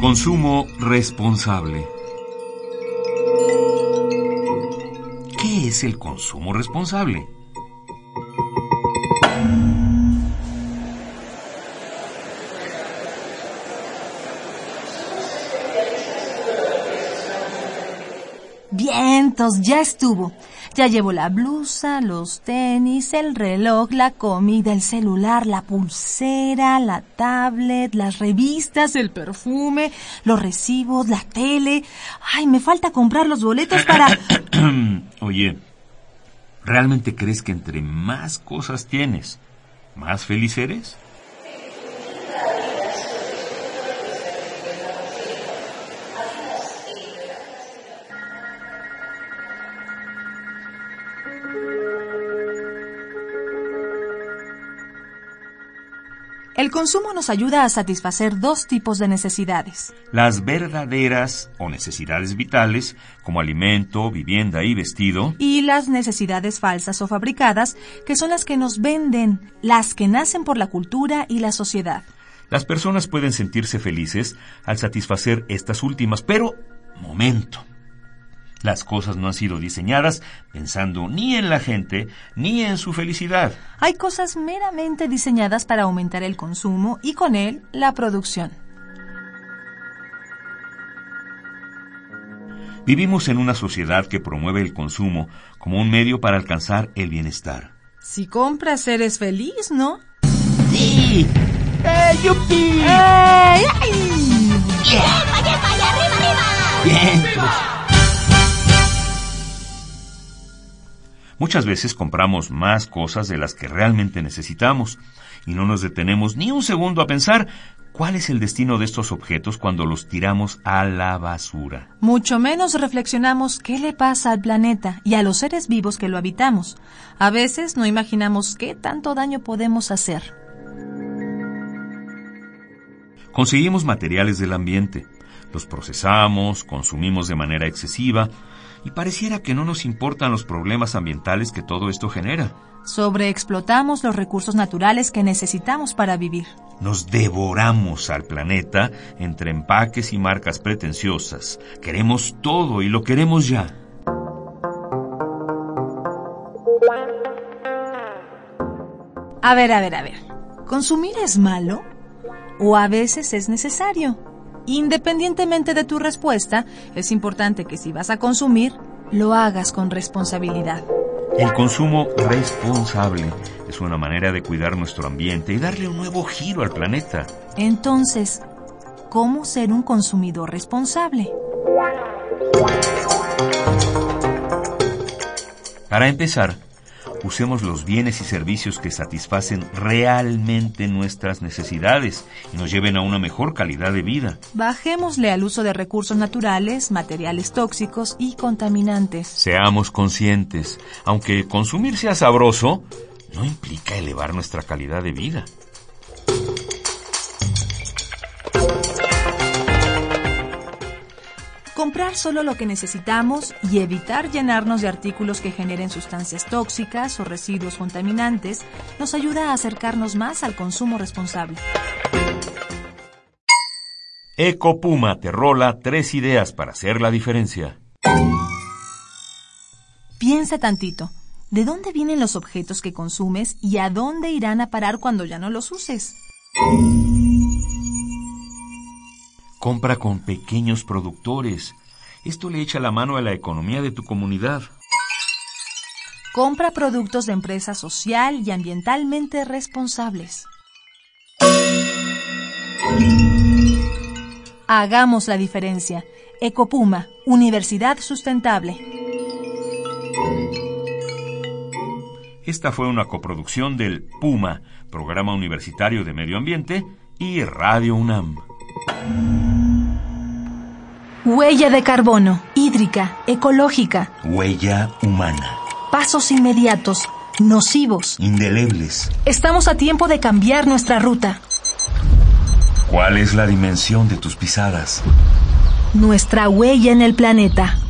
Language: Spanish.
Consumo responsable. ¿Qué es el consumo responsable? Vientos, ya estuvo. Ya llevo la blusa, los tenis, el reloj, la comida, el celular, la pulsera, la tablet, las revistas, el perfume, los recibos, la tele. Ay, me falta comprar los boletos para... Oye, ¿realmente crees que entre más cosas tienes, más feliz eres? El consumo nos ayuda a satisfacer dos tipos de necesidades. Las verdaderas o necesidades vitales, como alimento, vivienda y vestido, y las necesidades falsas o fabricadas, que son las que nos venden, las que nacen por la cultura y la sociedad. las personas pueden sentirse felices al satisfacer estas últimas, pero momento. Las cosas no han sido diseñadas pensando ni en la gente ni en su felicidad. Hay cosas meramente diseñadas para aumentar el consumo y con él la producción. Vivimos en una sociedad que promueve el consumo como un medio para alcanzar el bienestar. Si compras eres feliz, ¿no? ¡Sí! ¡Eh, yupi! ¡Ay, ay! Muchas veces compramos más cosas de las que realmente necesitamos y no nos detenemos ni un segundo a pensar cuál es el destino de estos objetos cuando los tiramos a la basura. Mucho menos reflexionamos qué le pasa al planeta y a los seres vivos que lo habitamos. A veces no imaginamos qué tanto daño podemos hacer. Conseguimos materiales del ambiente, los procesamos, consumimos de manera excesiva y pareciera que no nos importan los problemas ambientales que todo esto genera. Sobreexplotamos los recursos naturales que necesitamos para vivir. Nos devoramos al planeta entre empaques y marcas pretenciosas. Queremos todo y lo queremos ya. A ver, a ver, a ver. ¿Consumir es malo? ¿O a veces es necesario? Independientemente de tu respuesta, es importante que si vas a consumir, lo hagas con responsabilidad. El consumo responsable es una manera de cuidar nuestro ambiente y darle un nuevo giro al planeta. Entonces, ¿cómo ser un consumidor responsable? Para empezar, usemos los bienes y servicios que satisfacen realmente nuestras necesidades y nos lleven a una mejor calidad de vida. Bajémosle al uso de recursos naturales, materiales tóxicos y contaminantes. Seamos conscientes, aunque consumir sea sabroso, no implica elevar nuestra calidad de vida. Comprar solo lo que necesitamos y evitar llenarnos de artículos que generen sustancias tóxicas o residuos contaminantes nos ayuda a acercarnos más al consumo responsable. Eco Puma te rola tres ideas para hacer la diferencia. Piensa tantito, ¿de dónde vienen los objetos que consumes y a dónde irán a parar cuando ya no los uses? Compra con pequeños productores. Esto le echa la mano a la economía de tu comunidad. Compra productos de empresas social y ambientalmente responsables. Hagamos la diferencia. Ecopuma, Universidad Sustentable. Esta fue una coproducción del PUMA, Programa Universitario de Medio Ambiente, y Radio UNAM. Huella de carbono, hídrica, ecológica, Huella humana. pasos inmediatos, nocivos. Indelebles. Estamos a tiempo de cambiar nuestra ruta, ¿Cuál es la dimensión de tus pisadas? nuestra huella en el planeta.